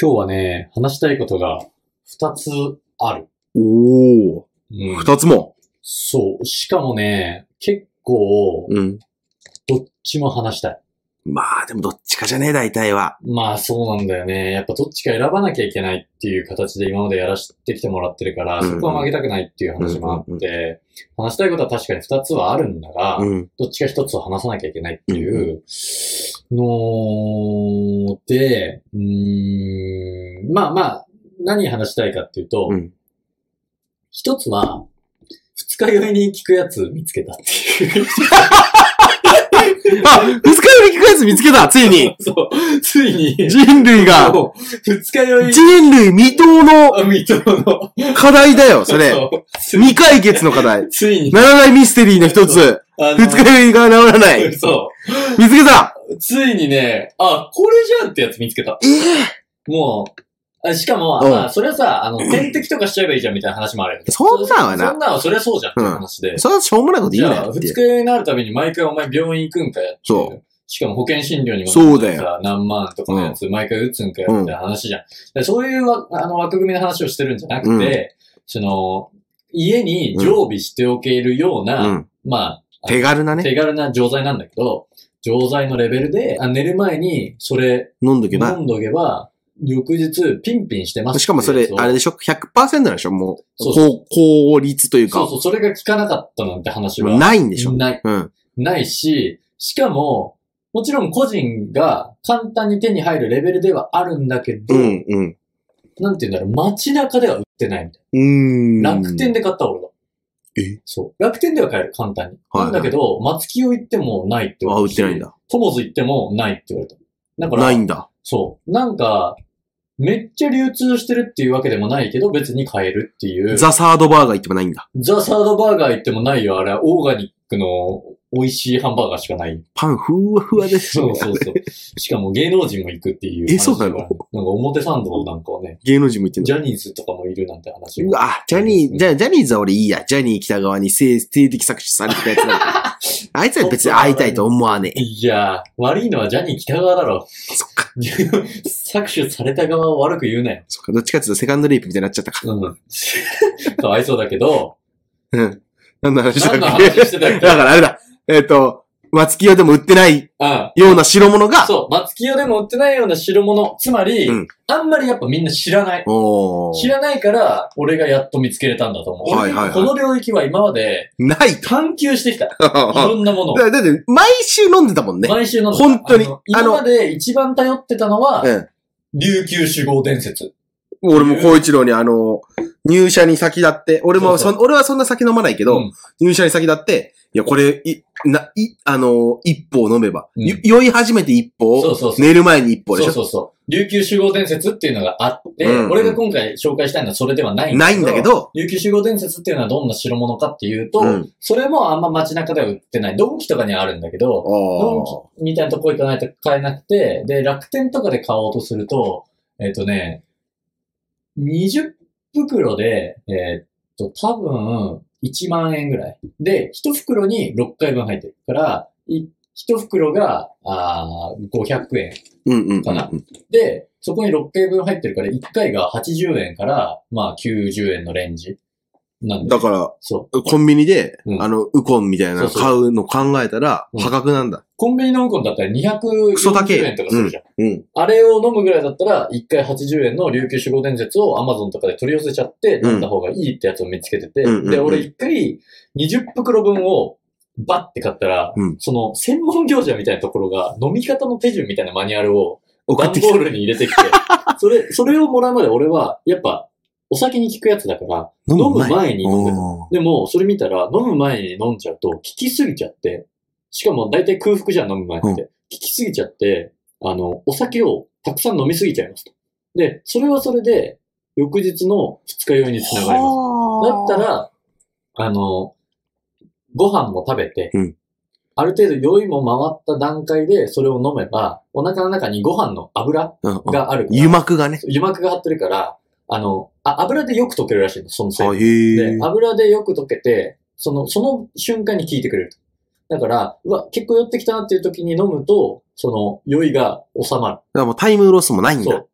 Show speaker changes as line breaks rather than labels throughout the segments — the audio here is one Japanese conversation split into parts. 今日はね、話したいことが二つある。
おお、
うん
二つも。
そう。しかもね、結構、
うん。
どっちも話したい。
まあ、でもどっちかじゃねえ、大体は。
まあそうなんだよね。やっぱどっちか選ばなきゃいけないっていう形で今までやらせてきてもらってるから、
うん
そこは曲げたくないっていう話もあって、話したいことは確かに二つはあるんだが、
うん。
どっちか一つを話さなきゃいけないって
うん
いうので、うーん、まあまあ、何話したいかっていうと
う、ん。
一、つは、二日酔いに聞くやつ見つけたっていう。
あ二日酔いに聞くやつ見つけたついに
そう、ついに、
人類が、
もう二日酔い、
人類未踏の
あ、未踏の、
課題だよ、それ。
そうつ
未解決の課題。
ついに、
ならないミステリーの一つ。
あ
二日酔いが治らない。
そ
見つけた
う、ついにね、あ、これじゃんってやつ見つけた。
ええ
もう、あしかも、
うん
あそれはさ、あの、点滴とかしちゃえばいいじゃんみたいな話もあるよね。
そんなんはな
そんなんはそりゃそうじゃんって話で。
それはしょうもないこと
じ
言うな
ゃあ、
よっ
二
ていう
日。酔いになるたびに毎回お前病院行くんかやって。
そう
しかも保険診療にも
そうだよ
さ何万とかのやつ、毎回打つんかよみたいな話じゃん。でそういうわあの枠組みの話をしてるんじゃなくて、その、家に常備しておけるような、
うん。
まあ、
手軽なね。
手軽な錠剤なんだけど、錠剤のレベルで、あ寝る前にそれ
飲んどけ
飲
ば。
んどけば、翌日ピンピンしてます。
しかもそれ、あれ
で
でしょ ?100% なんでしょもう、
そう
高効率という
そ
か
う、そう、それが効かなかったなんて話は。
ないんでしょ
ない。
うん。
ないし、しかも、もちろん個人が簡単に手に入るレベルではあるんだけど、
うん、うん。
なんて言うんだろう、街中では売ってないみたいう
ーん。
な。楽天で買った俺が。
え
そう。楽天では買える、簡単に。
はい
なんだけど、松木を行ってもないって言わ
あ、
れ
売
た
っ
して
ないん。だ。
トモズ行ってもないって言われた。だから、
ないんだ。
そう。なんか、めっちゃ流通してるっていうわけでもないけど、別に買えるっていう。
ザ・サードバーガー行ってもないんだ。
ザ・サードバーガー行ってもないよ。あれはオーガニックの美味しいハンバーガーしかない。
パンふわふわです。
そうそうそう。しかも芸能人も行くっていう話
えそうなの
があるなんか表参道なんかはね、
芸能人も行ってん
ジ
だ。
ャニーズとかもいるなんて話
う
が。
わ、ジャニー、じゃあ、ジャニーズは俺いいや。ジャニー北側に性性的搾取されてたやつなんだ。 あいつは別に会いたいと思わねえ。
いやー、悪いのはジャニー北川だろ。
そっか。
搾取された側を悪く言うなよ。
そっか。どっちかっていうとセカンドレイプみたいになっちゃったか。
うん。かわいそうだけど、
うん。何の話だ
何の
っけ
話してたっ け
だからあれだ。えっ、と、松木屋でも売ってない
うん。
ような代物が、
そう、松木屋でも売ってないような代物。つまり、
うん
あんまりやっぱみんな知らない。
お
知
ー。
らないから、俺がやっと見つけれたんだと思う。
はいはいはい
この領域は今まで
ないと。
探求してきた。い
だ
ろんなものを。
だって、毎週飲んでたもんね。
毎週の
本当に
あの
あの
今まで一番頼ってたのは、
うん。
琉球守護伝説。
俺も孝一郎にあの、入社に先立って、俺もそん
そ
俺はそんな酒飲まないけど、
うん
入社に先立って、いや、これ、い、な、い、あの、一歩を飲めば、
うん
よ酔い始めて一歩
そうそうそう
寝る前に一歩でし
そ
ょ
うそうそう。琉球守護伝説っていうのがあって、
うんうん
俺が今回紹介したいのはそれではない
ないんだけ。ど、
琉球守護伝説っていうのはどんな代物かっていうと、
うん
それもあんま街中では売ってない。ドンキとかにはあるんだけど、ド
あ
ンキみたいなとこ行かないと買えなくて、で、楽天とかで買おうとすると、えっ、とね、20袋で、えっと、多分、1万円ぐらい。で、1袋に6回分入ってるから、い1袋が、あー500円。
ーうんうんうん
かなで、そこに6回分入ってるから、1回が80円から、まあ90円のレンジ。なんで
だ、から、
そう。
コンビニで、
うん
あの、ウコンみたいなの
そうそう
買うの考えたら、
うん
破格なんだ。
コンビニのウコンだったら
クソ高え
240円とかするじゃん。
うん。
あれを飲むぐらいだったら、1回80円の琉球守護伝説を Amazon とかで取り寄せちゃって、
うん
飲んだ方がいいってやつを見つけてて、
うんうんうん
で、俺1回20袋分をバッて買ったら、
うん
その専門業者みたいなところが飲み方の手順みたいなマニュアルを
送
段
ってき
ボ
た
ー。ルに入れてきて、それ、それをもらうまで俺は、やっぱ、お酒に効くやつだから、
飲
飲む前に飲んでた
おー
でも、それ見たら、飲む前に飲んじゃうと、効きすぎちゃって、しかも大体空腹じゃん、飲む前って。
うん
効きすぎちゃって、あの、お酒をたくさん飲みすぎちゃいますと。で、それはそれで、翌日の二日酔いにつながります。だったら、あの、ご飯も食べて、
うん
ある程度酔いも回った段階でそれを飲めば、お腹の中にご飯の油
うんうん
があるから、
油膜がね。
油膜が張ってるから、あの、あ油でよく溶けるらしいの、その成分
あ、へえ
で、。油でよく溶けて、その、その瞬間に効いてくれると。だから、うわ、結構酔ってきたなっていう時に飲むと、その、酔いが収ま
だからもうタイムロスもない
る。
ん
そ
だ。
う。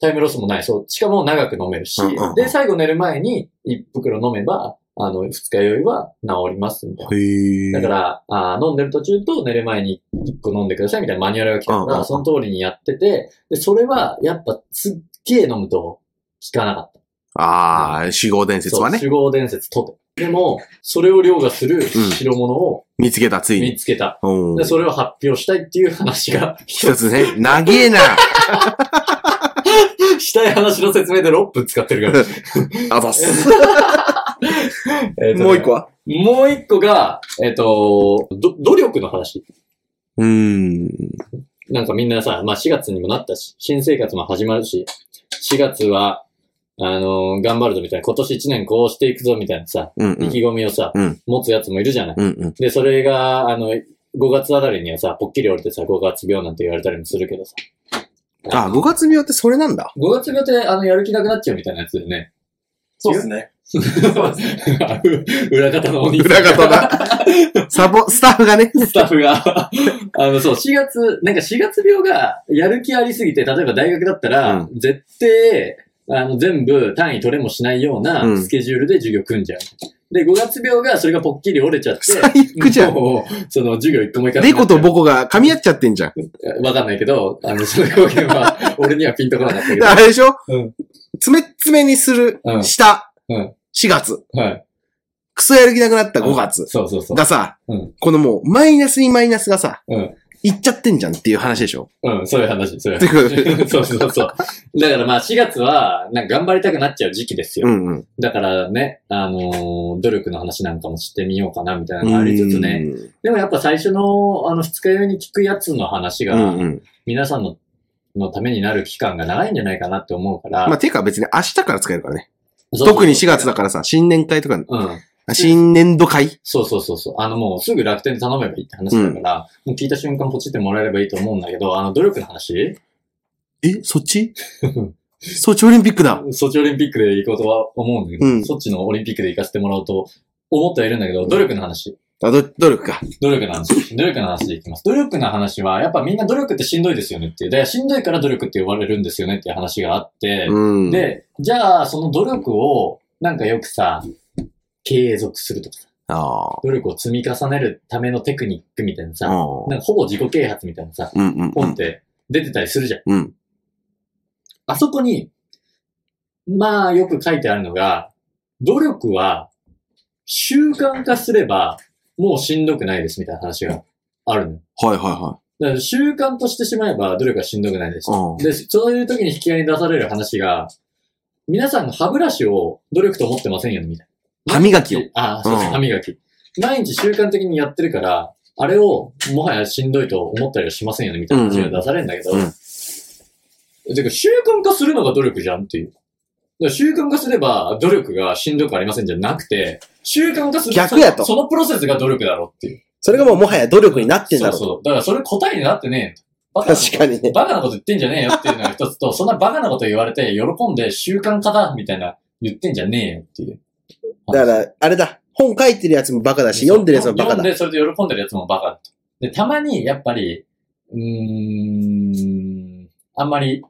タイムロスもない。そう。しかも長く飲めるし
うんうんうん、
で、最後寝る前に一袋飲めば、あの、二日酔いは治ります、みたいな。
へえ。
だから、あー飲んでる途中と寝る前に1個飲んでくださいみたいなマニュアルが来たか
うんうんうん
ら、その通りにやってて、で、それはやっぱすっげえ飲むと効かなかった。
ああ、死亡伝説は
そう、
ね、
主語伝説とて。でも、それを凌駕する代物を
見つけた、つい
見
に。
つけた。
うん
で、。それを発表したいっていう話が、
一つね、長えな
したい話の説明で6分使ってるから。
あざっす。
えーとね
もう一個は
もう一個が、えっ、と、ど、努力の話。
うーん。
なんかみんなさ、まあ4月にもなったし、新生活も始まるし、4月は、あのー頑張るぞみたいな、今年1年こうしていくぞみたいなさ、
うんう
意
ん。
気込みをさ、
うん
持つやつもいるじゃない。
うんうん。
で、それが、あの、5月あたりにはさ、ぽっきり折れてさ、5月病なんて言われたりもするけどさ。
あ、五月病ってそれなんだ。
5月病って、あの、やる気なくなっちゃうみたいなやつだよね。
そうですね。
裏方のお兄さん。
裏 方だ。サポ、スタッフがね。
スタッフが。あの、そう、4月、なんか4月病がやる気ありすぎて、例えば大学だったら、絶対、あの、全部単位取れもしないよう
う
なんスケジュールで授業組んじゃう。で、5月病がそれがぽっきり折れちゃって、
最悪じゃん。
もうその授業一個もいかな
デ
い。
コとボコが噛み合っちゃってんじゃん。
わかんないけど、あの、その表現は、俺にはピンとこなかったけ
で
ど。
あれでしょ
うん
爪、爪にする
う、ん
下
うん、
4月。
はい。
クソやる気なくなった5月。
そうそうそう。
がさ
うん、
このもう、マイナスにマイナスがさ
うん、
いっちゃってんじゃんっていう話でしょ
うん、そういう話、そういう
ってことで。
話。 そうそうそう。だからまあ4月は、なんか頑張りたくなっちゃう時期ですよ
う。んうん。
だからね、あのー努力の話なんかもしてみようかな、みたいなのがありつつね。でもやっぱ最初の、あの、二日酔いに聞くやつの話
うん。うん
が、
うん。
皆さんの、のためになる期間が長いんじゃないかなって思うから。
まあ、ていうか別に明日から使えるからね。
そうそう
特に4月だからさ、新年会とか、
うん。
あ新年度会
そうそうそうそう。あの、もうすぐ楽天で頼めばいいって話だから、もう聞いた瞬間ポチってもらえればいいと思うんだけど、あの、努力の話
えそっ ちソチオリンピックだ。
ソチオリンピックで行こうとは思うんだけど、
うん
そっちのオリンピックで行かせてもらおうと思ってはいるんだけど、努力の話。
あ、ど、努力か。
努力の話。努力の話でいきます。努力の話は、やっぱみんな努力ってしんどいですよねっていう。で、しんどいから努力って呼ばれるんですよねっていう話があって。
うん。、
で、じゃあ、その努力を、なんかよくさ、継続するとかさ、
ああ。
努力を積み重ねるためのテクニックみたいなさ、
う
なんかほぼ自己啓発みたいなさ、
んうんう
本っ
ん。
て出てたりするじゃん。
うん。
あそこに、まあよく書いてあるのが、努力は習慣化すればもうしんどくないですみたいな話があるのよ。
はいはいは
だから習慣としてしまえば努力はしんどくないです。
い。
で、そういう時に引き合いに出される話が、皆さん歯ブラシを努力と思ってませんよね、みたい
うん。歯磨きを
な。。ああ、そうそう
うん
歯磨き。毎日習慣的にやってるから、あれをもはやしんどいと思ったりはしませんよね、みたいな話が出されるんだけど、
うんうん
てか習慣化するのが努力じゃんっていう。だから習慣化すれば努力がしんどくありませんじゃなくて、習慣化する
逆やと
そのプロセスが努力だろうっていう。
それがもうもはや努力になってん
そ
だ
う
ろう。
そう。だからそれ答えになってねえよ。バカな
確かにね。
バカなこと言ってんじゃねえよっていうのが一つと、そんな バカなこと言われて喜んで習慣化だみたいな言ってんじゃねえよっていう。
だから、あれだ。本書いてるやつもバカだし、読んでるやつもバカだ
読ん。で、それで喜んでるやつもバカだと。で、たまに、やっぱり、うーん、あんまり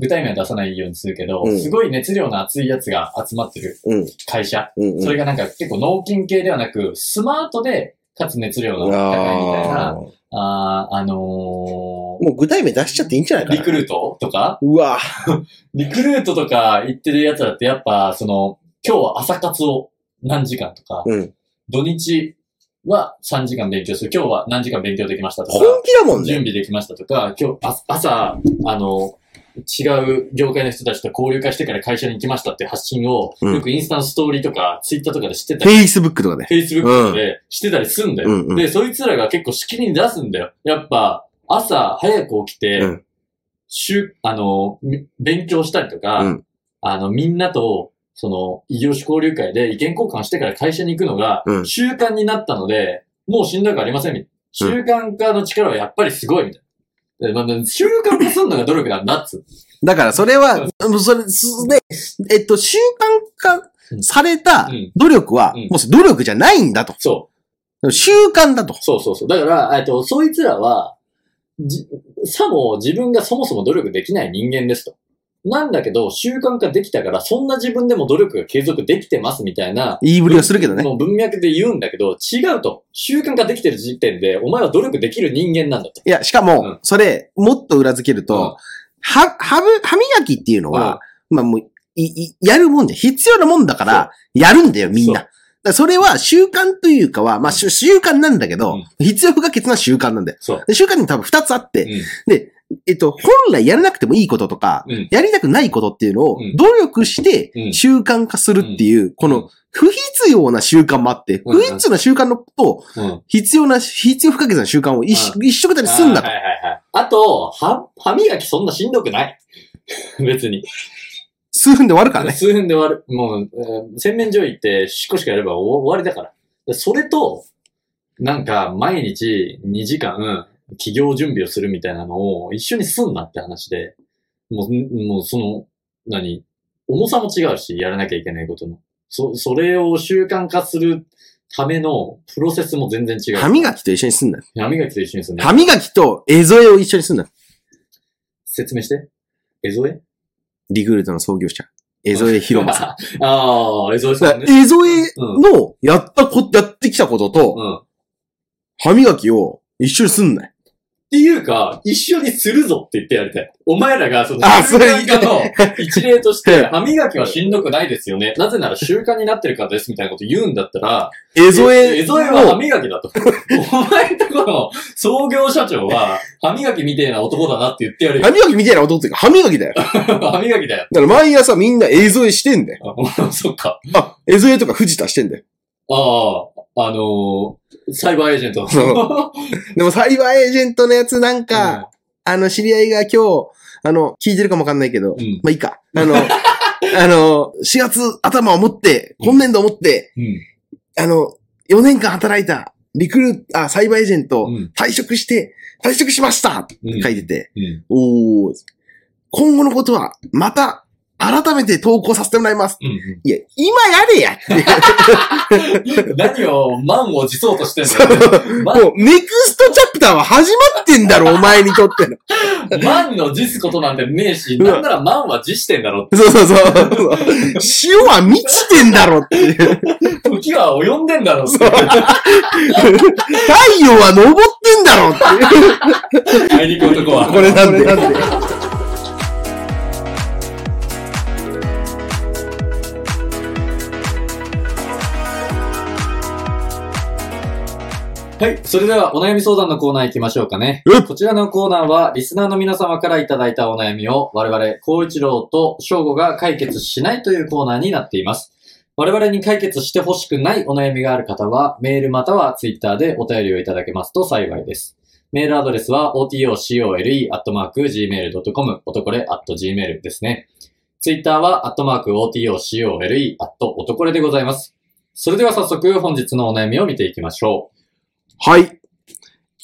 具体名は出さないようにするけど、
うん
すごい熱量の熱いやつが集まってる
うん。
会社。
うん
そ
うん。
れがなんか結構脳筋系ではなく、スマートで、かつ熱量が高いみたい
ああ。
な、
も
あーあの
う具体名出しちゃっていいんじゃない
ー、
か
リ
な。
クルートとか
うわ
リクルートとか行ってるやつだってやっぱ、その、今日は朝活を何時間とか、
うん
土日は3時間勉強する、今日は何時間勉強できましたとか、
本気だもん
準
ね。
備できましたとか、今日あ朝、あの、違う業界の人たちと交流会してから会社に行きましたって発信を、
うん
よくインスタのストーリーとか、ツイッターとかでしてたり、
Facebook とかね。
Facebook でしてたりすんだよ。
うんうん
で、そいつらが結構しきりに出すんだよ。やっぱ、朝早く起きて、
うん
しゅ、あの、み勉強したりとか、
うん
あの、みんなと、その、異業種交流会で意見交換してから会社に行くのが
う、ん
習慣になったので、もうしんどくありません、みたいな。習慣化の力はやっぱりすごい、みたいな。でまあ習慣化するのが努力なんだっつう。
だからそれは、うんそれ、すで、えっと、習慣化された
うん
努力は
うん、
もう努力じゃないんだと。
そう。
習慣だと。
そうそうそう。だから、えっと、そいつらは、じ、さも自分がそもそも努力できない人間ですと。なんだけど、習慣化できたから、そんな自分でも努力が継続できてますみたいな、
言いぶりはするけどね。
もう文脈で言うんだけど、違うと。習慣化できてる時点で、お前は努力できる人間なんだと。
いや、しか
う
も
ん、
それ、もっと裏付ける
うん
と、は、はぶ、歯磨きっていうのは、まあもう、い、い、やるもんじゃん、必要なもんだから、やるんだよ、みん
そ
な。だからそれは習慣というかは、まあ、しゅ習慣なんだけど、
うん
必要不可欠な習慣なんだよ。
そう。
で習慣にも多分二つあって、
うん
えっと、本来やらなくてもいいこととか、
うん
やりたくないことっていうのを
うん
努力して
うん
習慣化するっていう、この不必要な習慣もあって、
うん
不必要な習慣のと
うん。
必要な、必要不可欠な習慣を一緒一緒くたにすんなと
あー。はいはいはい。あと、は、歯磨きそんなしんどくない。 別に。
数分で終わるからね。
数分で終わる。もう、えー洗面所行って、しっこしかやれば終わ終わりだから。でそれと、なんか、毎日2時間、企業準備をするみたいなのを一緒にすんなって話で、もう、んもうその、何、重さも違うし、やらなきゃいけないことの。そ、それを習慣化するためのプロセスも全然違う。
歯磨きと一緒にすんな。
歯磨きと一緒にするね
歯。磨きと絵添えを一緒にすんな。
説明して。絵添え
リクルートの創業者。江添広間さ ん。
さん。ああ、絵添え
だ
さ
か
ん
ら
ね。
江添のやったこ、やってきたことと、
うん。
歯磨きを一緒にすんなよ。
っていうか、一緒にするぞって言ってやりたい。お前らが、その、
あそ
習
れ
慣化の一例とし
ええ
て、歯磨きはしんどくないですよね。なぜなら習慣になってるからですみたいなこと言うんだったら、
江添
江添えは歯磨きだと。お前んとこの創業社長は、歯磨きみてえな男だなって言ってやるよ
歯磨きみたいな音っていうか、歯 磨きだよ。
歯磨きだよ。
だから毎朝みんな映像してんだよ。
あそっか。
あ、映像とか藤田してんだよ。
ああ、あのー、サイバーエージェント。
そでもサイバーエージェントのやつなんか、あの知り合いが今日、あの、聞いてるかもわかんないけど、
うん
まあいいか。あの、あの、4月頭をもって、
うん
今年度をもって、
うん。
あの、4年間働いた、リクルーあ、サイバーエージェント、
うん
退職して、退職しましたって
うん。
書いてて、
うん。
おー、今後のことは、また、改めて投稿させてもらいます。
うん。
いや、今やれやっていう
うん何を、満を持そうとして
そ
んだよ。
う
ま
もう、ネクストチャプターは始まってんだ ろ、お前にとっての。
万の辞すことなんてねえし、
うん
なんなら万は辞してんだろって。
そうそうそう。塩は満ちてんだろっていう。太
時は及んでん だろ って。
陽は昇ってんだろっていう。
あいにく男は。
これなんで。
はい。それではお悩み相談のコーナー行きましょうかね
うん。
こちらのコーナーは、リスナーの皆様からいただいたお悩みを、我々、孝一郎と翔吾が解決しないというコーナーになっています。我々に解決してほしくないお悩みがある方は、メールまたはツイッターでお便りをいただけますと幸いです。メールアドレスは otocole.gmail.com、男れ .gmail ですね。ツイッターは otocole.otocole でございます。それでは早速本日のお悩みを見ていきましょう。
はい。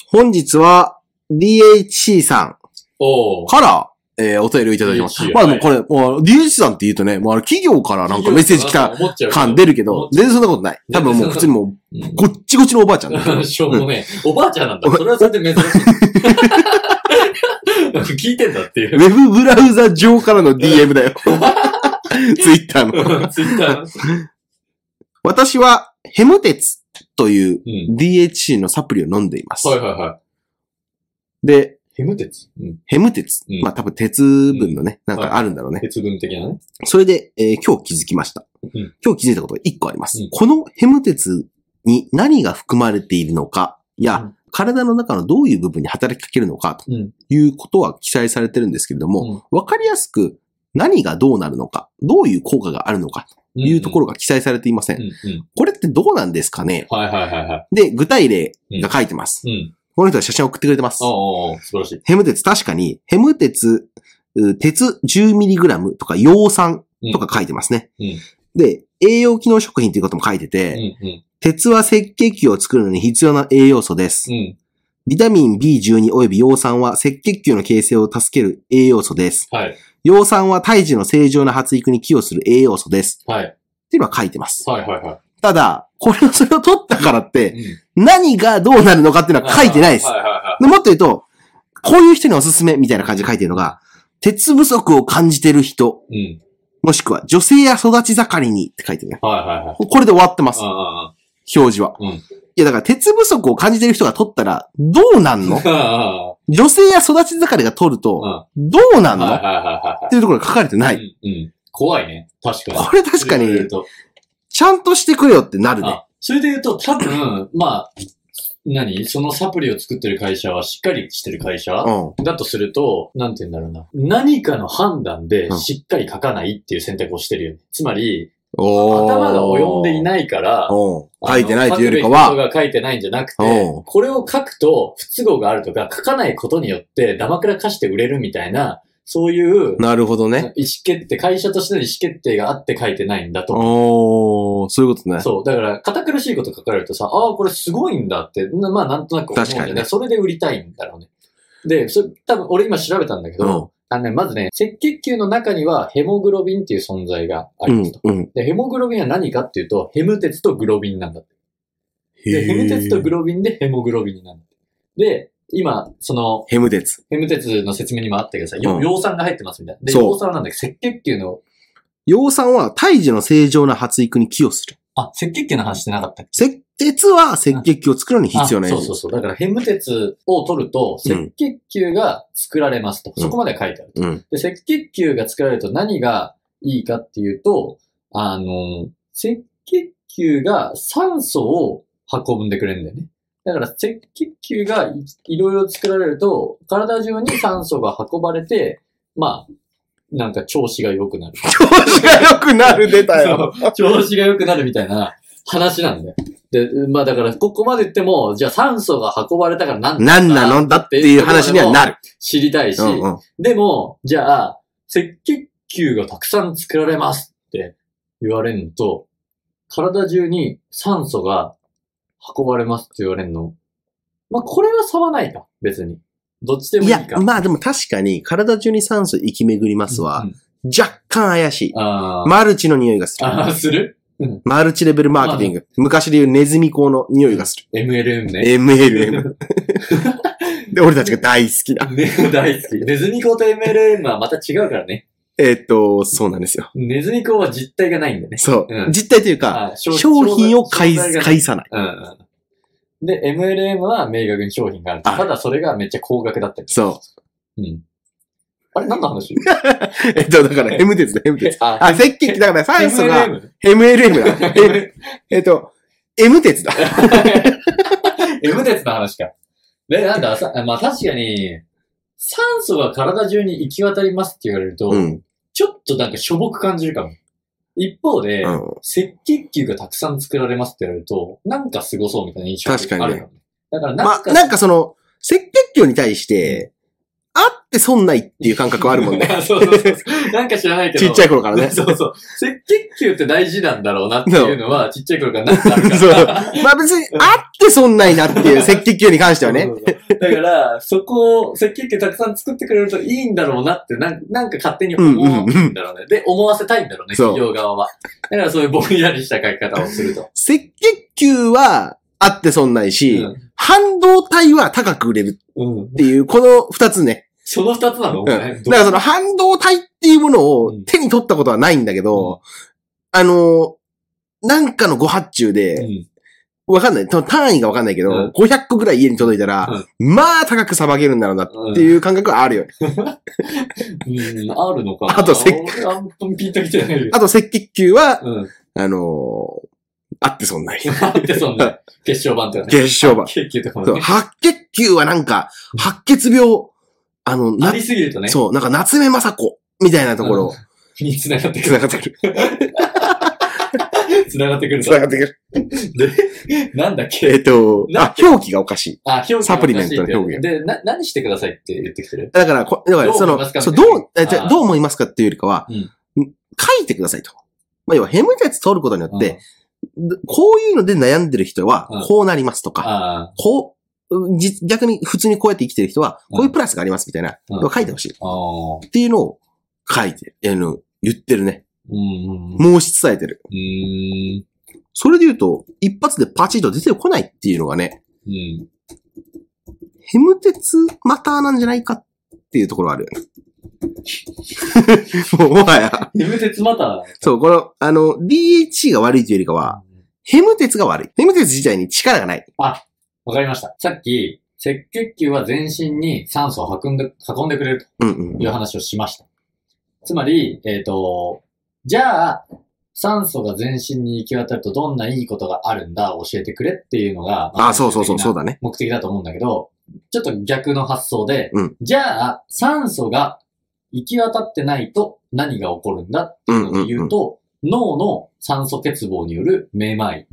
本日は、DHC さ
お
ん
ー。
から、えー、お便りをいただきました。
DHC
まあでもこれ、もう DHC さんって言うとね、もうあの企業からなんかメッセージ来た
思っちゃうけど
感出るけど、全然そんなことない。多分もう普通にもう、ごっちごちのおばあちゃんだよ。
うん しょうもねえ。おばあちゃんなんだ。それはそれで珍し い。聞いてんだっていう
ウ。ェブブラウザ上からの DM だよ。ツイッターの。
ツイッターの。
私はヘム鉄という
うん。
DHC のサプリを飲んでいます。
はいはいはい。
で、
ヘム鉄。うん。
ヘム鉄。
うん
まあ多分鉄分のね、
ん
なんかあるんだろうね。
鉄分的なね。
それで、えー今日気づきました。
ん
今日気づいたことが1個あります。
うん
このヘム鉄に何が含まれているのかや、
うん
体の中のどういう部分に働きかけるのかと
うん。
いうことは記載されてるんですけれども、わ、かりやすく何がどうなるのか、どういう効果があるのかというとこ
ろ。
ろが記載されていません。
うんうん。
これってどうなんですかね
はいはいはいは
で、具体例が書いてます。
い。うん。
この人は写真を送ってくれてます。
おーおー素晴らしい。
ヘム鉄確かに、ヘム鉄、う鉄 10mg とか葉酸
うん
とか書いてますね。
うん
で、栄養機能食品ということも書いてて、
うんうん。
鉄は赤血球を作るのに必要な栄養素です。
うん。
ビタミン B12 及び葉酸は赤血球の形成を助ける栄養素です。
はい。
葉酸は胎児の正常な発育に寄与する栄養素です。
はい。
っていうのは書いてます。
はいはいは
ただ、これを、それを取ったからっ
い。
て、
う
何がどうなるのかっていうの
ん
は書いてないです
は。いはいは
でもっと言うと、こういう人におすすめみたいな感じで書いてるのが、鉄不足を感じてる人、
うん。
もしくは女性や育ち盛りにって書いてるね。
はいはいはい。
これで終わってます。
あ
表示は。
うん
いや、だから、鉄不足を感じてる人が取ったら、どうなんの
あ、ああ。
女性や育ち盛りが取ると、どうなんの
はいはい
っ
は
ていうところが書かれてない
はい
い。
はい。うん。怖いね。確かに。
これ確か
それで言う
に、
と
ちゃんとしてくれよってなるね。
あ、それで言うと、多分、まあ、何そのサプリを作ってる会社はしっかりしてる会社
うん。
だとすると、なんて言うんだろうな。何かの判断で
うん
しっかり書かないっていう選択をしてるよね。つまり、
お
頭が及んでい
い。
ないから、あ
うん。
の
書いてないというよりかは、
書くべきことが書いてないんじゃなく
う
て
ん、
これを書くと不都合があるとか、書かないことによってダマくらかして売れるみたいな、そういう
なるほど
意
ね
思。決定、会社としての意思決定があって書いてないんだと思う
おー、そういうことね。
そう。だから、堅苦しいこと書かれるとさ、ああ、これすごいんだって、なまあ、なんとなく思うんだよ
確か
ね。
にね
それで売りたいんだろうね。で、それ、多分、俺今調べたんだけど、
うん
あのね、まずね、赤血球の中にはヘモグロビンっていう存在があ
う
ります
ん
と。、
うん。
で、ヘモグロビンは何かっていうと、ヘム鉄とグロビンなんだって。で、ヘム鉄とグ
ロ
ロビンでヘモグロビンになる。で、今、その、
ヘム鉄。
ヘム鉄の説明にもあったけどさ、
う
よ
ん
葉酸が入ってますみたいな。で、
そう
葉酸なんだっけど、赤血球の、
葉酸は胎児の正常な発育に寄与する。
あ、赤血球の話してなかったっけ
せ鉄は赤血球を作るのに必要な
あ
エ
そう
ネルギ
そ
ー
うそう。だから、ヘム鉄を取ると、
うん
赤血球が作られますと。
うん
そこまで書いてある。
うん。
で、赤血球が作られると何がいいかっていうと、あの、赤血球が酸素を運んでくれるんだよね。だから、赤血球がいいろいろ作られると、体中に酸素が運ばれて、まあ、なんか調子が良くなる。
調子が良くなる出たよ。
そう調子が良くなるみたいな話なんだよ。で、まあだから、ここまで言っても、じゃあ酸素が運ばれたからなんだ
何なのだっていう話にはなる。
知りたいし、
うんうん。
でも、じゃあ、赤血球がたくさん作られますって言われるのと、体中に酸素が運ばれますって言われるの。まあこれは差はないか、別に。どっちでも
い
いい
や
か。、
まあでも確かに、体中に酸素生き巡ります
う
は
ん、
若干怪しい。
あー
マルチの匂いがする。
あー、する
マルチレベルマーケティング。昔で言うネズミ講の匂いがする。
?MLM ね。
MLM。で、俺たちが大好きな。
ね、大好き。ネズミ講と MLM はまた違うからね。
えーっと、そうなんですよ。
ネズミ講は実体がないんだね。
そうう。
ん
実態というか、
あ商
商品
商
を介
材が
介 さない。
うんうん。で、MLM は明確に商品がある。
あ
ただそれがめっちゃ高額だったり。
そ
うん。あれ何の話
う。えっと、だから、ヘム鉄だ、ヘム鉄。あ、
あ、
赤血球、だ から酸素が、
MLM
MLM だ。ええっと、M 鉄だ。
M 鉄の話か。で、なんだ、さまあ確かに、酸素が体中に行き渡りますって言われると、
うん。
ちょっとなんかしょぼく感じるかも。一方で、
う
赤
ん
血球がたくさん作られますって言われると、なんか凄そうみたいな印象がある
確かにね
もねだからなん
ま
か、。
あ、なんかその、赤血球に対して、あって損ないっていう感覚はあるもんね。
そうそうそうそう。なんか知らないけど。
ちっちゃい頃 からね。
そ
そう。
うそう。赤血球って大事なんだろうなっていうのは、ちっちゃい頃からなん かあるから。
まあ別に、あって損ないなっていう赤血球に関してはね
そ。うそうそうだから、そこを赤血球たくさん作ってくれるといいんだろうなって、なんなんか勝手に思うんだろうね。で、思わせたいんだろうね、
そう
企業側は。だからそういうぼんやりした書き方をすると。
赤血球は、あって損ないうし、
ん。
半導体は高く売れる
うん
っ。ていう、この二つね。
その二つなのお
うん。だ
前
からその半導体っていうものを手に取ったことはないんだけど、あの、なんかのご発注で、
うん
わかんない。多分単位がわかんないけど、
うん
500個ぐらい家に届いたら、まあ高くさばけるんだろうなっていう感覚はあるよね。
うん、あるのかな。
あとせっ
俺あんまピンときてないよ。
あと赤血球は、
うん。
あのーあってそんなに。
あってそんな、決勝版とかね。
月賞版。
血球とかも
そう
ね。
白血球はなんか、白血病、あの、
あ
な
り、すぎるとね。
そう、なんか夏目雅子みたいなところ、
に繋がってく
繋がってくる。
る。繋がってくると
繋。がってくる。
で、なんだっ
え
け
っと、
な
あ、表記がおかしい。
あ、表現
サプリメントの表現
で、な、何してくださいって言ってきてる
だから、こだから
どう
そ
思い
の
ますか、
そう、
みたいな
どう、えじゃあ
あー
どう思いますかっていうよりかは、
うん
ん書いてくださいと。まあ、要は、ヘム鉄取ることによって、どこういうので悩んでる人は
うん、
こうなりますとか、
あ
こううん、じ逆に普通にこうやって生きてる人は、
うん
こういうプラスがありますみたいな、
うん
書いてほしいっ
あ、ああ、
ていうのを書いて、あの、言ってるね。
うんうんうん、う
申し伝えてる。
ーん、
それで言うと、一発でパチッと出てこないっていうのがね、
うん。
ヘム鉄マターなんじゃないかっていうところはあるよね。 もうもはや。
ヘム鉄また。
そう、この、あの、DHC が悪いというよりかは、ヘム鉄が悪い。ヘム鉄自体に力がない。
わかりました。さっき、赤血球は全身に酸素を運んで、運んでくれる
うん
と
う。
いうん話をしました。つまり、えっ、と、じゃあ、酸素が全身に行き渡るとどんないいことがあるんだ教えてくれっていうのが、ま
あ、そうそうそう、そうだね。
目的だと思うんだけど、ちょっと逆の発想で、
うん
じゃあ、酸素が行き渡ってないと何が起こるんだっていうので言うと、脳の酸素欠乏によるめまい、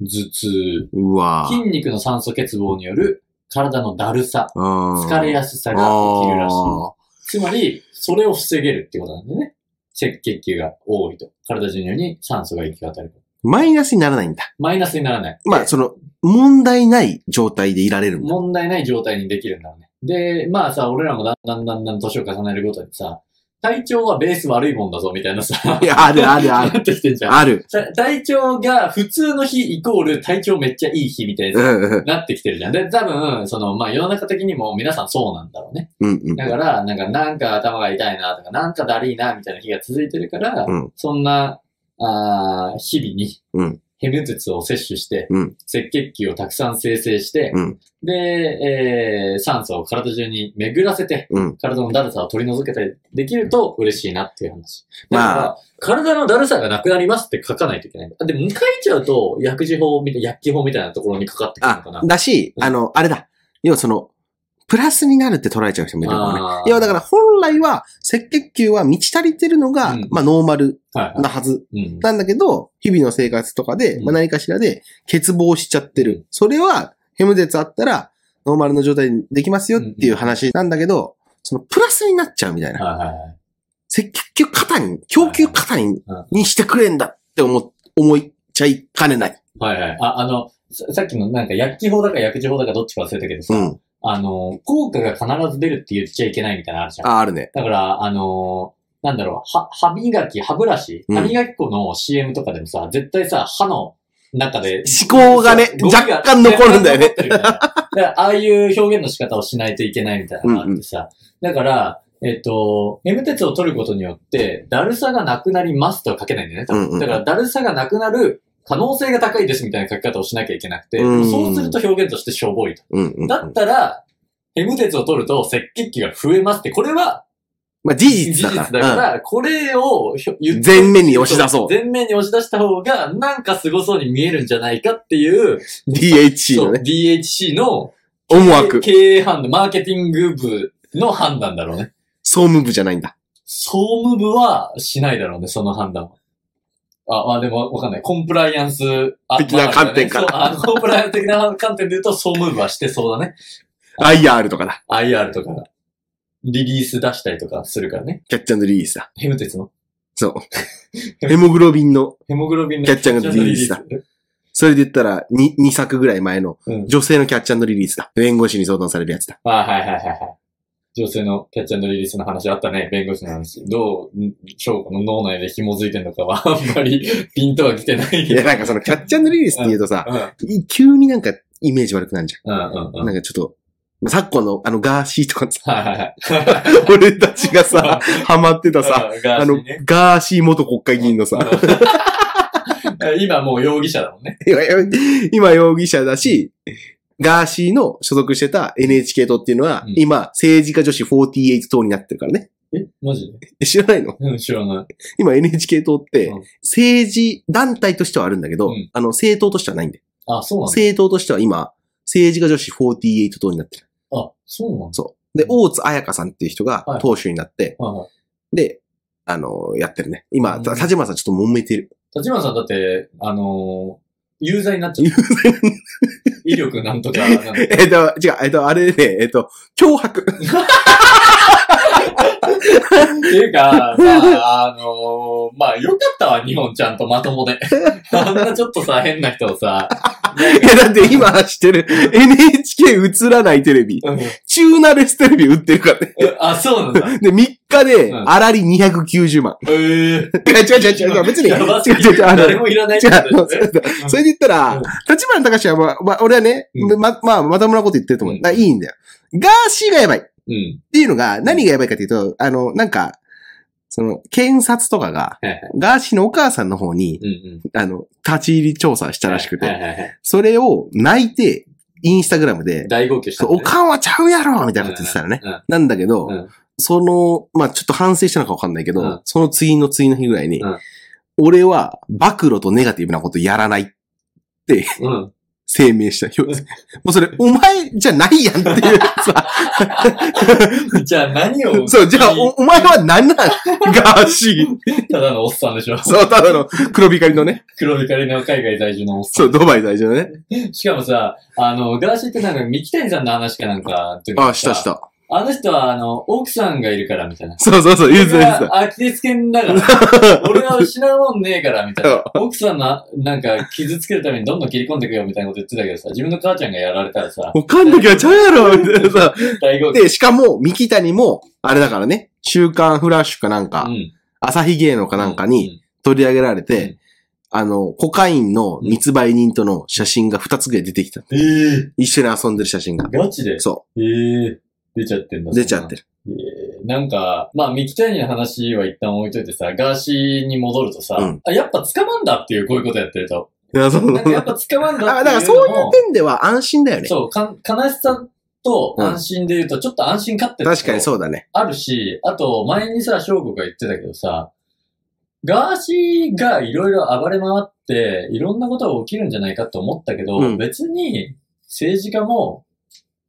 頭痛、
うわ
筋肉の酸素欠乏による体のだるさ、疲
疲
れ
や
やすさが起きるらしい。つ
い。
まり、それを防げるってことなんだよね。赤血球が多いと。体中に酸素が行き渡る。
マイナスにならないんだ。
マイナスにならない。
まあ、その、問題ない状態でいられるんだ。
問題ない状態にできるんだろうね。で、まあさ、俺らもだんだんだんだん年を重ねるごとにさ、体調はベース悪いもんだぞ、みたいなさ。
いや、あるあるあ
な
る。
ってきてんじゃん。
ある。
さ体調が普通の日イコール体調めっちゃいい日みたいな
う
さ、
んうん
なってきてるじゃん。で、多分、その、まあ世の中的にも皆さんそうなんだろうね。
うんうん。
だから、なんか、なんか頭が痛いなとか、なんかだりいなみたいな日が続いてるから、
うん
そんな、あー日々に、
うん
ヘム術を摂取して、
うん
赤血球をたくさん生成して、
うん
で、えー酸素を体中に巡らせて、
うん
体のだるさを取り除けたりできると嬉しいなっていう話。だから、
まあ
体のだるさがなくなりますって書かないといけない。あでも、書いちゃうと、薬事法みたいな、薬器法みたいなところにかかってくるのかな
あ、。だし、あの、あれだ。要はその、プラスになるって捉えちゃう人もいるからね。
あー
要はだから本来は赤血球は満ち足りてるのが、
うん
まあノーマル
はいは
なはず
い。うん。
なんだけど、日々の生活とかで、
うん
まあ何かしらで欠乏しちゃってる。
うん
それはヘム鉄あったらノーマルの状態にできますよっていう話なんだけど、そのプラスになっちゃうみたいな。
はいはいはい。
赤血球型に、供給型に
うん
にしてくれんだって思、思いちゃいかねない。
はいはい。あ、あの、ささっきのなんか薬器法だか薬事法だかどっちか忘れたけどさ、
うん。
あの、効果が必ず出るって言っちゃいけないみたいなのあるじゃん。
あ、あるね。
だから、あの、なんだろう、は、歯磨き、歯ブラシ、
うん
歯磨き粉の CM とかでもさ、絶対さ、歯の中で、
思考がね、
ゴミ
若干残るんだよね
若。干残ってるみたいなだから、ああいう表現の仕方をしないといけないみたいなのがあってさ。だから、えっと、M 鉄を取ることによって、だるさがなくなりますとは書けないんだよね多分。
うんうん
だから、だるさがなくなる可能性が高いですみたいな書き方をしなきゃいけなくて、
うん
そうすると表現としてしょぼいと。
うんうんうん
だったら、M 鉄を取ると赤血球が増えますって、これは
まあ事
事
実
実
だか
だ
ら。
から、これをひょ言って
全面に押し出そう。
全面に押し出した方が、なんか凄そうに見えるんじゃないかっていう、
DHC のね、
そう DHC の
思惑。
経営判断、マーケティング部の判断だろうね。
総務部じゃないんだ。
総務部はしないだろうね、その判断は。あ、まあでもわかんない。コンプライアンス、あ
的な観点から
まあそうあコンプライアンス的な観点で言うと、総務部はしてそうだね。
IR とかだ。
IR とか、リリース出したりとかするからね。
キャッチャーのリリースだ。
ヘム鉄の。
そう。 ヘモグロビンの、
ヘモグロビンの
キャッチャーのリリースだ。それで言ったら2、2作ぐらい前の
うん。
女性のキャッチャーのリリースだ。弁護士に相談されるやつだ。
あはいはいはいはい。女性のキャッチャーのリリースの話あったね。弁護士の話。どう、ん翔子の脳内で紐づいてんのかは、あんま りピンとは来てない
い
けど
や、。なんかそのキャッチャーのリリースって言うとさ、
うん。
急になんかイメージ悪くなるじ
うんうん
ゃ
うん
ん。。なんかちょっと、まあ昨今のあのガーシーとかさ、
はいはいはい。
俺たちがさ、ハマってたさ、
うん、ガ
あ
ーシ
の
ーね、
ガーシー元国会議員のさ、
うん 今もう容疑者だもんね。
今今容疑者だし、ガーシーの所属してた NHK 党っていうのは、
うん
今、政治家女子48党になってるからね。
えマジで
え知らないの
うん、知らない。
今 NHK 党って
うん、
政治団体としてはあるんだけど、
うん
あの、政党としてはないんだよ。
あ、そうなんだ。
政党としては今、政治家女子48党になってる。
あ、そうなんだ。
そう。で、大津彩香さんっていう人が
はい
党首になって、
はいはい。
で、あの、やってるね。今、
うん
た立花さんちょっと揉めてる。
立花さんだって、あのー、有罪になっちゃった。威力なんとかなんとか。
えっと、違う、えっと、あれね、えっと、脅迫。
っていうか、まあ、あのーまあ、よかったわ、日本ちゃんとまとも で。あんなちょっとさ、変な人をさ、
いや、だって今してる NHK 映らないテレビ。
うん
チューナレステレビ売ってるからね。
あ、そうなんだ。
で、3日で、
うん
あらり290万。
えー、
いや違う違う違う、別に。違う
やばすぎ
違う違
る
う、あの、違
誰
う
もいらないって
あ
こ
の
とだよね。
それで言ったら
うん、
立花隆は、まあ、まあ、俺はね、
う
ま、まあ、まともなこと言ってると思
う
う。
ん
だからいいんだよ。ガーシーがやばい。
うん。
っていうのが、何がやばいかっていうと、あの、なんか、その、検察とかが、
はいはい。
ガーシーのお母さんの方に、
うんうん。
あの、立ち入り調査したらしく
はい
て、
はいはい。
それを泣いて、インスタグラムで、
大号泣した
そ
ん
う
だ
お
ね。
かんはちゃうやろみたいなこと言ってたらね。
うん
なんだけど、
うん
その、まあちょっと反省したのかわかんないけど、
うん
その次の次の日ぐらいに、
うん
俺は暴露とネガティブなことやらないって
うん。うん。
声明した。ひ ょもうそれ、お前じゃないやんっていうさ、
じゃあ何を、
そう、じゃあお、お前は何なんガーシー。
ただのおっさんでしょ
そう、ただの黒光りのね、
黒光りの海外在住のおっさ
そう、ドバイ在住のね。
ん。しかもさ、あの、ガーシーってなんか、三木谷さんの話かなんかの時にさ、
あ、したした。
あの人は、あの、奥さんがいるから、みたいな。
そうそうそう、言うてた言うて
アキレス腱だから、 俺は失うもんねえから、みたいな。奥さんの、なんか、傷つけるためにどんどん切り込んでくよ、みたいなこと言ってたけどさ、自分の母ちゃんがやられたらさ
た。、おかんだけはちゃうやろみたいなさ。
大号泣。
で、しかも、三木谷も、あれだからね、週刊フラッシュかなんか、
ん。
朝日芸能かなんかに取り上げられて、
うん
あの、コカインの密売人との写真が2つぐらい出てきた。
うん。ええ
一緒に遊んでる写真が。
ガチで。
そ
ええ出ちゃってんだ。
う。出ちゃってる。
えーなんか、まあ、ミキタニの話は一旦置いといてさ、ガーシーに戻るとさ、
うん
あ、やっぱ捕まんだっていう、こういうことやってる と。
いや、そう
なんかやっぱ捕まんだ
あ、だ
って
か
いうのも。
らそういう点では安心だよね。
そうか悲しさと安心で言うと、ちょっと安心かって
確かに
う。
そうだね。
あるし、あと、前にさ、翔吾が言ってたけどさ、ガーシーがいろいろ暴れ回って、いろんなことが起きるんじゃないかと思ったけど、
うん
別に政治家も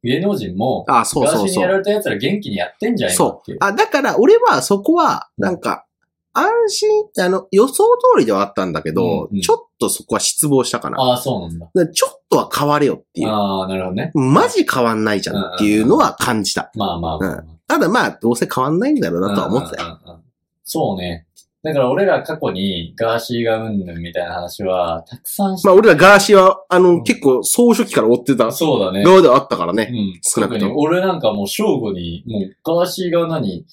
芸能人も、
あ、そう
ガー
そ
シ
う
ーに
そ
やら
う。
れた奴ら元気にやってんじゃないか
そ
っていうう。。
あ、だから俺はそこは、なんか、安心、あの、予想通りではあったんだけど、
うんうん
ちょっとそこは失望したかな。
ああ、そうなんだ。
だからちょっとは変われよっていう。
ああ、なるほどね。
マジ変わんないじゃんっていうのは感じた。
まあまあまあまあ、
ただまあ、どうせ変わんないんだろうなとは思ってたよ。
よ。そうね。だから俺ら過去にガーシーがうんぬんみたいな話はたくさんして
まあ、俺らガーシーは、あ
う
の、
ん
結構、総書記から追ってた
そうだね。
側ではあったからね。
うん。
少なくとも
特に俺なんかもう正午に、もうガーシーが何、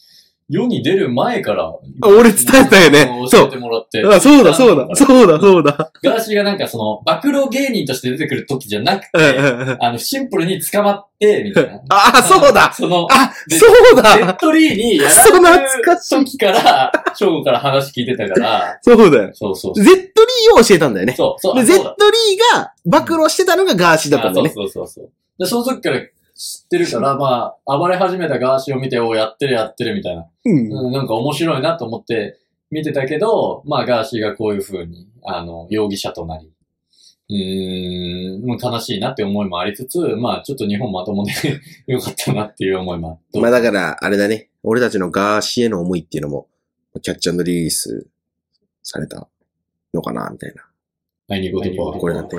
世に出る前から。
あ俺伝えたよね
もう
そう
教えてもらって。
あそうだ、そうだ、そうだ、そうだ。
ガーシーがなんかその、暴露芸人として出てくる時じゃなく
うん
て、
うんうん。
あの、シンプルに捕まって、みたいな
あ、そうだ
その、
あ、そう
デ
だ
ッドリーにや
そう
られ
懐
てる
かしい
時から、正午から話聞いてたから、
そうだよ。
そうそう
Z リーを教えたんだよね。
そう、そう、
で、
あ
Z
そ
リ
うだ
ーが暴露してたのがガーシーだったんだよ
あ
ね。
そうそうそうそう。で、その時から知ってるから、まあ、暴れ始めたガーシーを見て、おやってるやってるみたいな。
うん。
うん、なんか面白いなと思って見てたけど、まあ、ガーシーがこういう風に、あの、容疑者となり、うーん、もう悲しいなって思いもありつつ、まあ、ちょっと日本まともで よかったなっていう思いもあって。
まあだから、あれだね。俺たちのガーシーへの思いっていうのも、キャッチリリースされたのかな、みたいな。
第二号とかは
これなんて。